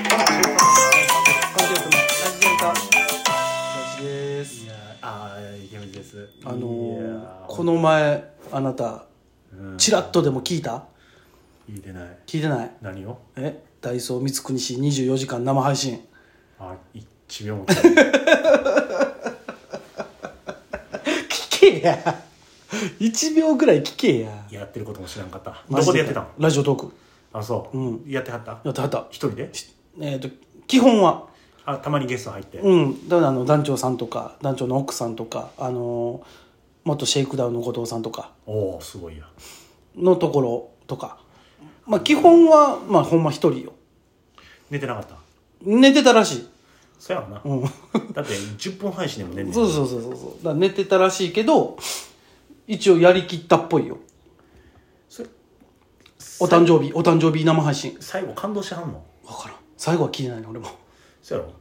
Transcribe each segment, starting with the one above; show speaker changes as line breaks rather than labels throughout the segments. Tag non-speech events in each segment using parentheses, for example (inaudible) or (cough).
関係と
あ
で
い
す
やあー池水です
あの
いや
ー
ー
この前あなた
うん
チラッとでも聞いた
聞いてない
聞いてない
何を
えダイソー三国市24時間生配信
あ一秒も聞いてない
聞けや1秒ぐらい聞けや
やってることも知らんかった
(laughs) マ
ど
ジ
こでやってたの
ラジオトーク
あそう、
う
やってはった
やってはった
一人で
しえっ、と基本は
あたまにゲスト入って、
うんだからあの団長さんとか団長の奥さんとかあのー元シェイクダウンの後藤さんとか
おおすごいや
のところとかまあ基本はまあほんま一人よ
寝てなかった
寝てたらしい
そやろな、
うん
(laughs) だって10分配信でも寝んねん
そうそうそうそうそうだから寝てたらしいけど一応やりきったっぽいよ
それ
お誕生日お誕生日生配信
最後感動しはんの
わからん最後は聞いてないの俺も (laughs)
そやろ、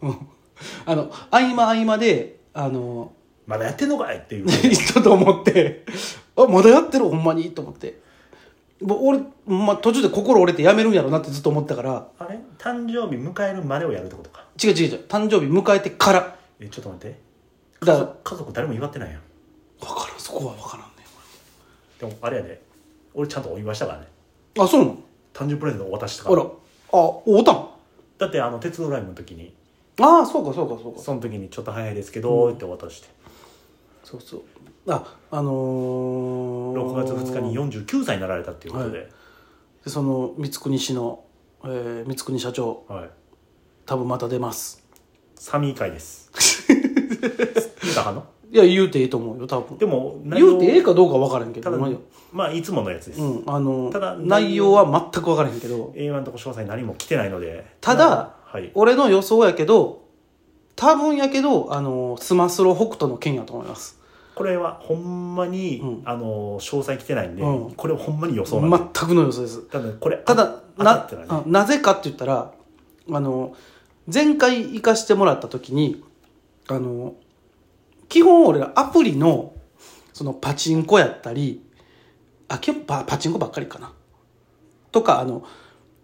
あの合間合間であの (laughs)
まだやってんのかいっていう
ちょっと思ってあまだやってるほんまにと思ってもう俺、まあ、途中で心折れてやめるんやろなってずっと思ったから
あれ誕生日迎えるまでをやるってことか
違う違う違う誕生日迎えてから
えちょっと待って
だか
家族誰も祝ってないやん
らわからんそこはわからんね
でもあれやで俺ちゃんとお祝いしたからね
あそうなの
誕生日プレゼントお渡しした
あ
か
ら
ら
あ会うたん
だってあの鉄道ライブの時に
ああそうかそうかそうか
その時にちょっと早いですけどってお渡しして、
そうそうああのー、
6月2日に49歳になられたっていうことで、
でその三国市の、えー、三国社長
はい
多分また出ます
サミー会です
(laughs)
言うたかない
や言うていいと思うよ多分
でも内
言
容
うてええかどうか分からへんけ
た
ど
だ
ほんまに
まあいつものやつです、
うんあの
ただ
内容は全く分からへんけど
A1 のとこ詳細何も来てないので
ただ
はい
俺の予想やけど多分やけどあのスマスロ北斗の件やと思います
これはほんまに、
うん
あの詳細来てないんで、
うん
これほんまに予想
全
なんです、
くの予想です
ただこれ
ただ
あ
な
当たってたね
あなぜかって言ったらあの前回行かしてもらった時にあの基本俺らアプリのそのパチンコやったりあ基本パパチンコばっかりかなとかあの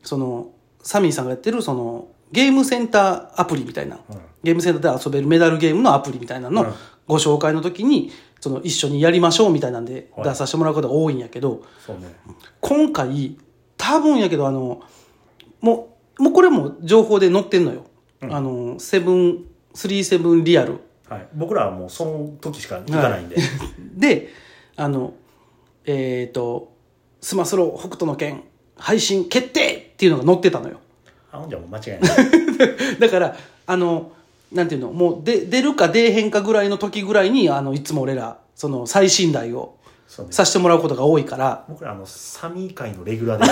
そのサミーさんがやってるそのゲームセンターアプリみたいな、
うん
ゲームセンターで遊べるメダルゲームのアプリみたいなの
うん
のご紹介の時にその一緒にやりましょうみたいなんで
はい
出させてもらうことが多いんやけど、
そうね
今回多分やけどあのもうもうこれも情報で載ってんのよ、
うん
あのセブン37リアル
はい、僕らはもうその時しか行かないんで、
であのえっ、と「スマスロ北斗の拳配信決定!」っていうのが載ってたのよ (laughs)
あほんじゃもう間違いない
だからあのなんていうのもうで出るか出えへんかぐらいの時ぐらいにあのいつも俺らその最新台を
そうね
させてもらうことが多いから
僕らあのサミー会のレギュラー
(laughs)
で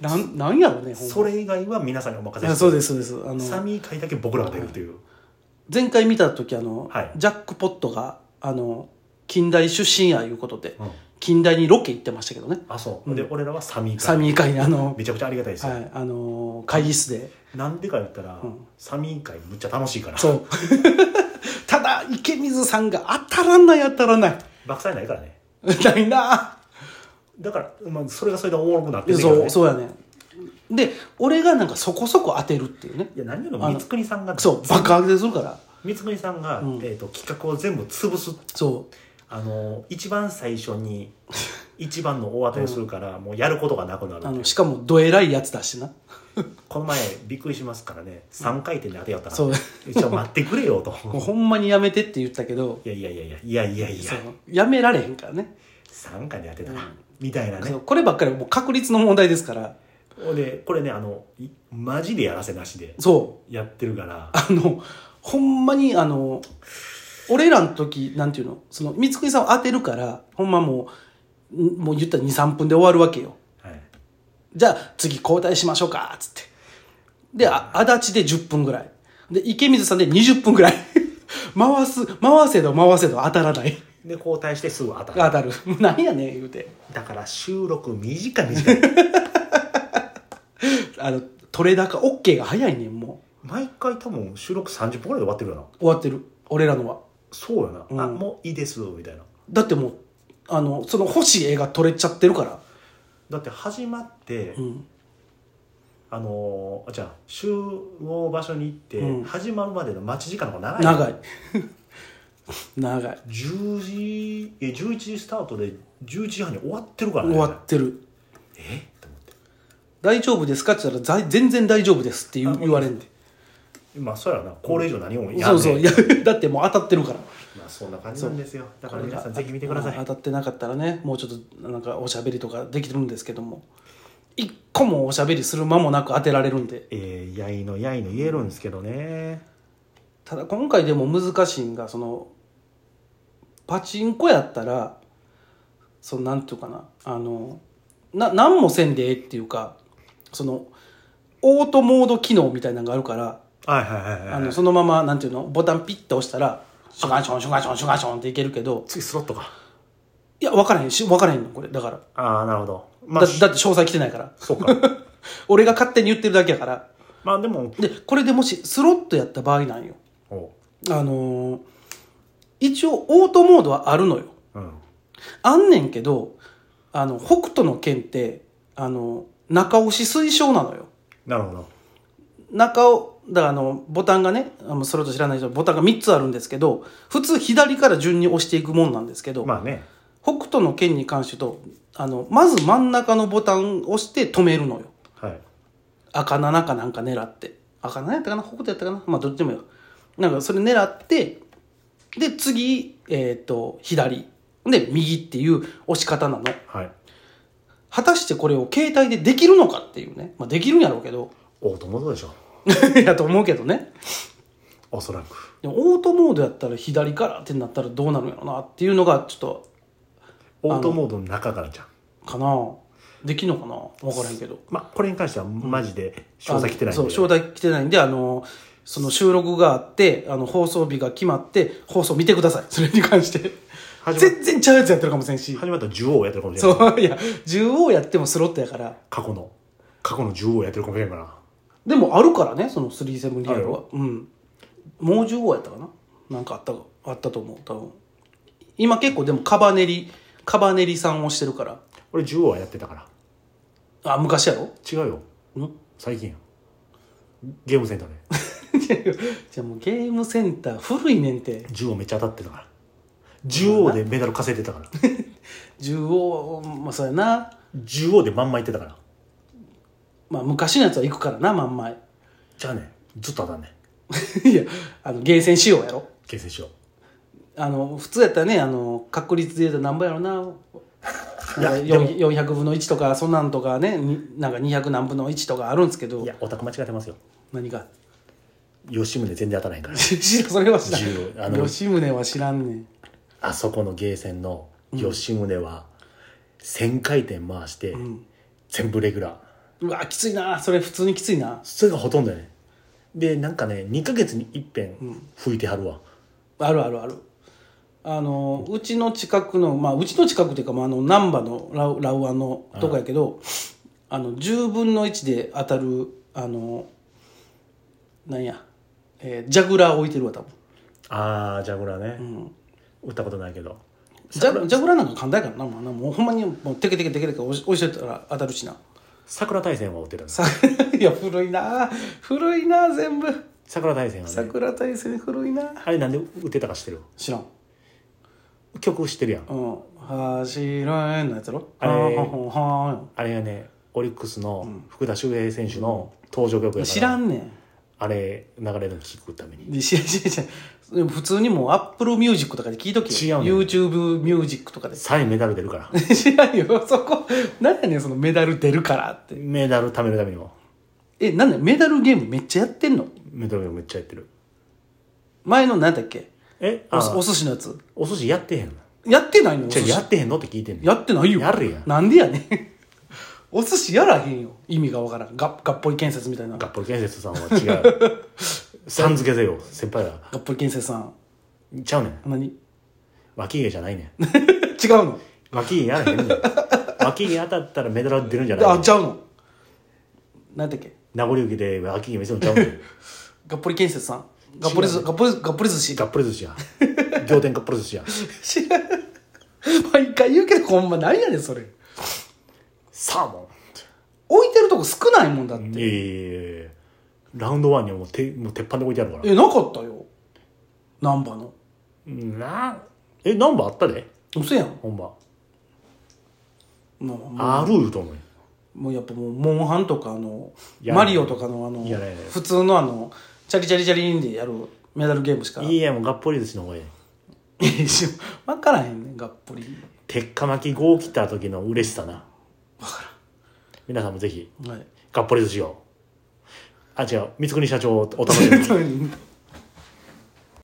なんなんやろねほんま
それ以外は皆さんにお任せ
あそうですそうですあの
サミー会だけ僕らが出るという、
前回見た時あの、
はい
ジャック・ポットがあの近代出身やいうことで、
うん
近代にロケ行ってましたけどね
あそう、で俺らはサミー会
サミー会にあの,、
めちゃくちゃありがたいですよ、
はい、あの会議室で
なんでか言ったら、サミー会むっちゃ楽しいから
そう
(laughs)
ただ池水さんが当たらない当たらない
爆災ないからね
ないな
だから、まあ、それがそれでおもろくなってるけど
そ
ね
うそうやねで俺がなんかそこそこ当てるっていうね
いや何よりも光圀さんが
そうバカ上げするから
光圀さんが、えー、と企画を全部潰す
そう
あの一番最初に一番の大当たりするから、もうやることがなくなる
あ
んで
のしかもどえらいやつだしな
この前びっくりしますからね3回転で当てよったから、
そう
一応待ってくれよ
(laughs)
と
もうほんまにやめてって言ったけど
いやいやいやいやいやいやいや
そのやめられへんからね
3回で当てたら、みたいな
そ
ね
うこればっかりはもう確率の問題ですから
でこれねあのいマジでやらせなしで
そう
やってるから
あのほんまにあの俺らの時なんていうのその光圀さんを当てるからほんまもうんもう言ったら23分で終わるわけよ
はい
じゃあ次交代しましょうかっつってであ足立で10分ぐらいで池水さんで20分ぐらい (laughs) 回す回せど回せど当たらない
で交代してすぐ当たる
当 (laughs) たるなんやねん言うて
だから収録短い短い (laughs)
あの取れ高 OK が早いねんも
毎回多分収録30分ぐらいで終わってるよな
う終わってる俺らのは
そうやな、あ
うん
もういいですみたいな
だってもうあのその欲しい絵が取れちゃってるから
だって始まって、
うん
あのーじゃあ集合場所に行って、
うん
始まるまでの待ち時間の方が長い
長い長い
10時え11時スタートで11時半に終わってるからね
終わってる
えと思って
大丈夫ですかって言ったらざい全然大丈夫ですって言う
あ
言われんで
まあそうやなこれ以上何もやんねん
そうそういや (laughs) だってもう当たってるから
まあそんな感じなんですよだから皆さんぜひ見てください
あ当たってなかったらねもうちょっとなんかおしゃべりとかできてるんですけども一個もおしゃべりする間もなく当てられるんで
えー、やいのやいの言えるんですけどね
ただ今回でも難しいんがそのパチンコやったらそのなんていうかなあのな何もせんでええっていうかそのオートモード機能みたいなのがあるから
はいはいはいはい
あのそのままなんていうのボタンピッと押したらシュガンションシュガンションシュガンションっていけるけど
次スロットか
いや分からへんし分からへんのこれだから、
ああなるほどまあ
だだって詳細来てないから
そうか (laughs)
俺が勝手に言ってるだけやから
まあでも
でこれでもしスロットやった場合なんよ
おう
あのー一応オートモードはあるのよ
うん
あんねんけどあの北斗の拳ってあの中押し推奨なのよ
なるほど
中をだからあのボタンがねあのスロット知らない人ボタンが3つあるんですけど普通左から順に押していくもんなんですけど、
まあね
北斗の拳に関して言うとあのまず真ん中のボタンを押して止めるのよ
はい
赤7かなんか狙って赤7やったかな北斗やったかなまあどっちでもよなんかそれ狙ってで次えっ、と左で右っていう押し方なの
はい
果たしてこれを携帯でできるのかっていうね、まあ、できるんやろうけど (laughs)
おうと思うでしょ
やと思うけどね
おそらく
でもオートモードやったら左からってなったらどうなるんやろうなっていうのがちょっと
オートモードの中からじゃん
かなできんのかな分からへんけど
まあこれに関してはマジで詳細来てないん
あ
で、
のそう詳細来てないんであのその収録があってあの放送日が決まって放送見てくださいそれに関して
始ま
全然ちゃうやつやってるかもしれんし
始まったら獣王やってるかもしれない
そういや縦横やってもスロットやから
過去の過去の獣王やってるかもしれないから
でもあるからねその37リア
ある
ルはうんもう縦横やったかななんかあったかあったと思う多分今結構でもカバネリカバネリさんをしてるから
俺獣王はやってたから
あ昔やろ
違うよ
ん (laughs)
最近やゲームセンターで
じゃあもうゲームセンター古いねんて
獣王めっちゃ当たってたから獣王でメダル稼いでたから
縦横まあそうやな
獣王でまんまいってたから
まあ昔のやつは行くからな、まん (laughs) まい。
じゃあねずっと当たんねん
いや、あの、ゲーセン仕様やろ。
形成しよ
あの、普通やったらね、あの、確率で言うと何倍やろな。
いや
なんか
でも
4 400分の1とか、そんなんとかね、になんか200何分の1とかあるんですけ
う
ど
い、やオタク間違ってますよ
何が。
吉宗全然当たらへんか
(laughs)
ら
知らそれは知
自由
ら
あ
ん。
の
吉宗は知らんねん。
あそこのゲーセンの吉宗は1000回転回して
ん
全部レギュラー
うわ、きついな。それ普通にきついな。
それがほとんどやねでなんかね2ヶ月に一遍吹いてはるわ、
あるあるある。あの、うちの近くの、まあ、うちの近くっていうか、まあ、あの、難波のラウラウアのとこやけど、あの、10分の1で当たる、あの、なんや、えージャグラー置いてるわ、多分。
ああジャグラーね、
ん
打ったことないけど
ジャジャグラーなんか簡単やからな、もうなもうほんまに、もう、テケテケテケテケ押し押してたら当たるしな。
桜大戦は打ってたな
さ (laughs) いや、古いな古いな全部。
桜大戦はね
桜大戦古いな
あれなんで打ってたか知ってる
知らん。
曲知ってるやん、
うん。走らんのやつやろ
あれ
はんはんはんはん
あれがねオリックスの福田周平選手の登場曲やから、
知らんねん。
あれ流れるの聞くために
でしししでも普通にもう Apple Music とかで聞いとけ
違うねん
YouTube Music とかで (laughs)
さえメダル出るから
知らんよそこ何やねんそのメダル出るからって
メダル貯めるためにも
えなんだメダルゲームめっちゃやってんの
メダルめっちゃやってる
前の何だっけ
えあ
お
お
お寿司のやつ
お寿司やってへんの
やってないのお
じ
寿
ゃ
司
やってへんのって聞いてんの
やってないよ
やるやん
なんでやねん (laughs) お寿司やらへんよ意味がわからんががっぽり建設みたいな
ガッポリ建設さんは違
(laughs)
うさん付けせよ先輩ら
がっぽり建設さん
ちゃうねん (laughs)
何違う
脇毛じゃないねん
の
脇にやらへん (laughs) ねん脇に当たったらメダル出るんじゃない
あちゃうの何だっけ
名残雪で脇に見せるんちゃうね (laughs) ん
がっぽり建設さんがっぽりず
違うね
がっぽりがっぽり寿司 (laughs)
がっぽり寿司や仰天がっぽり寿司や
知らん毎回言うけどほんま何やねんそれ
サーモン
置いてるとこ少ないもんだって
いやいやいやいやラウンドワンにはもうてもう鉄板で置いてあるから
えなかったよ難波の
なえナンバーあったで
嘘やん
ほんま
もうも
ある言うと思うよ
うもうやっぱもうモンハンとかあの
やら
マ
ない
リオとかのあの
やらないやらない
普通のあのチャリチャリチャリンでやるメダルゲームしか (laughs)
いいやもうがっぽり寿司の方がいい
分からへんねんがっぽり
鉄火巻き5来た時の嬉しさな皆さんもぜひ
はい
がっぽり寿司をあ違う三國社長をお楽しみ
(laughs)
に
そう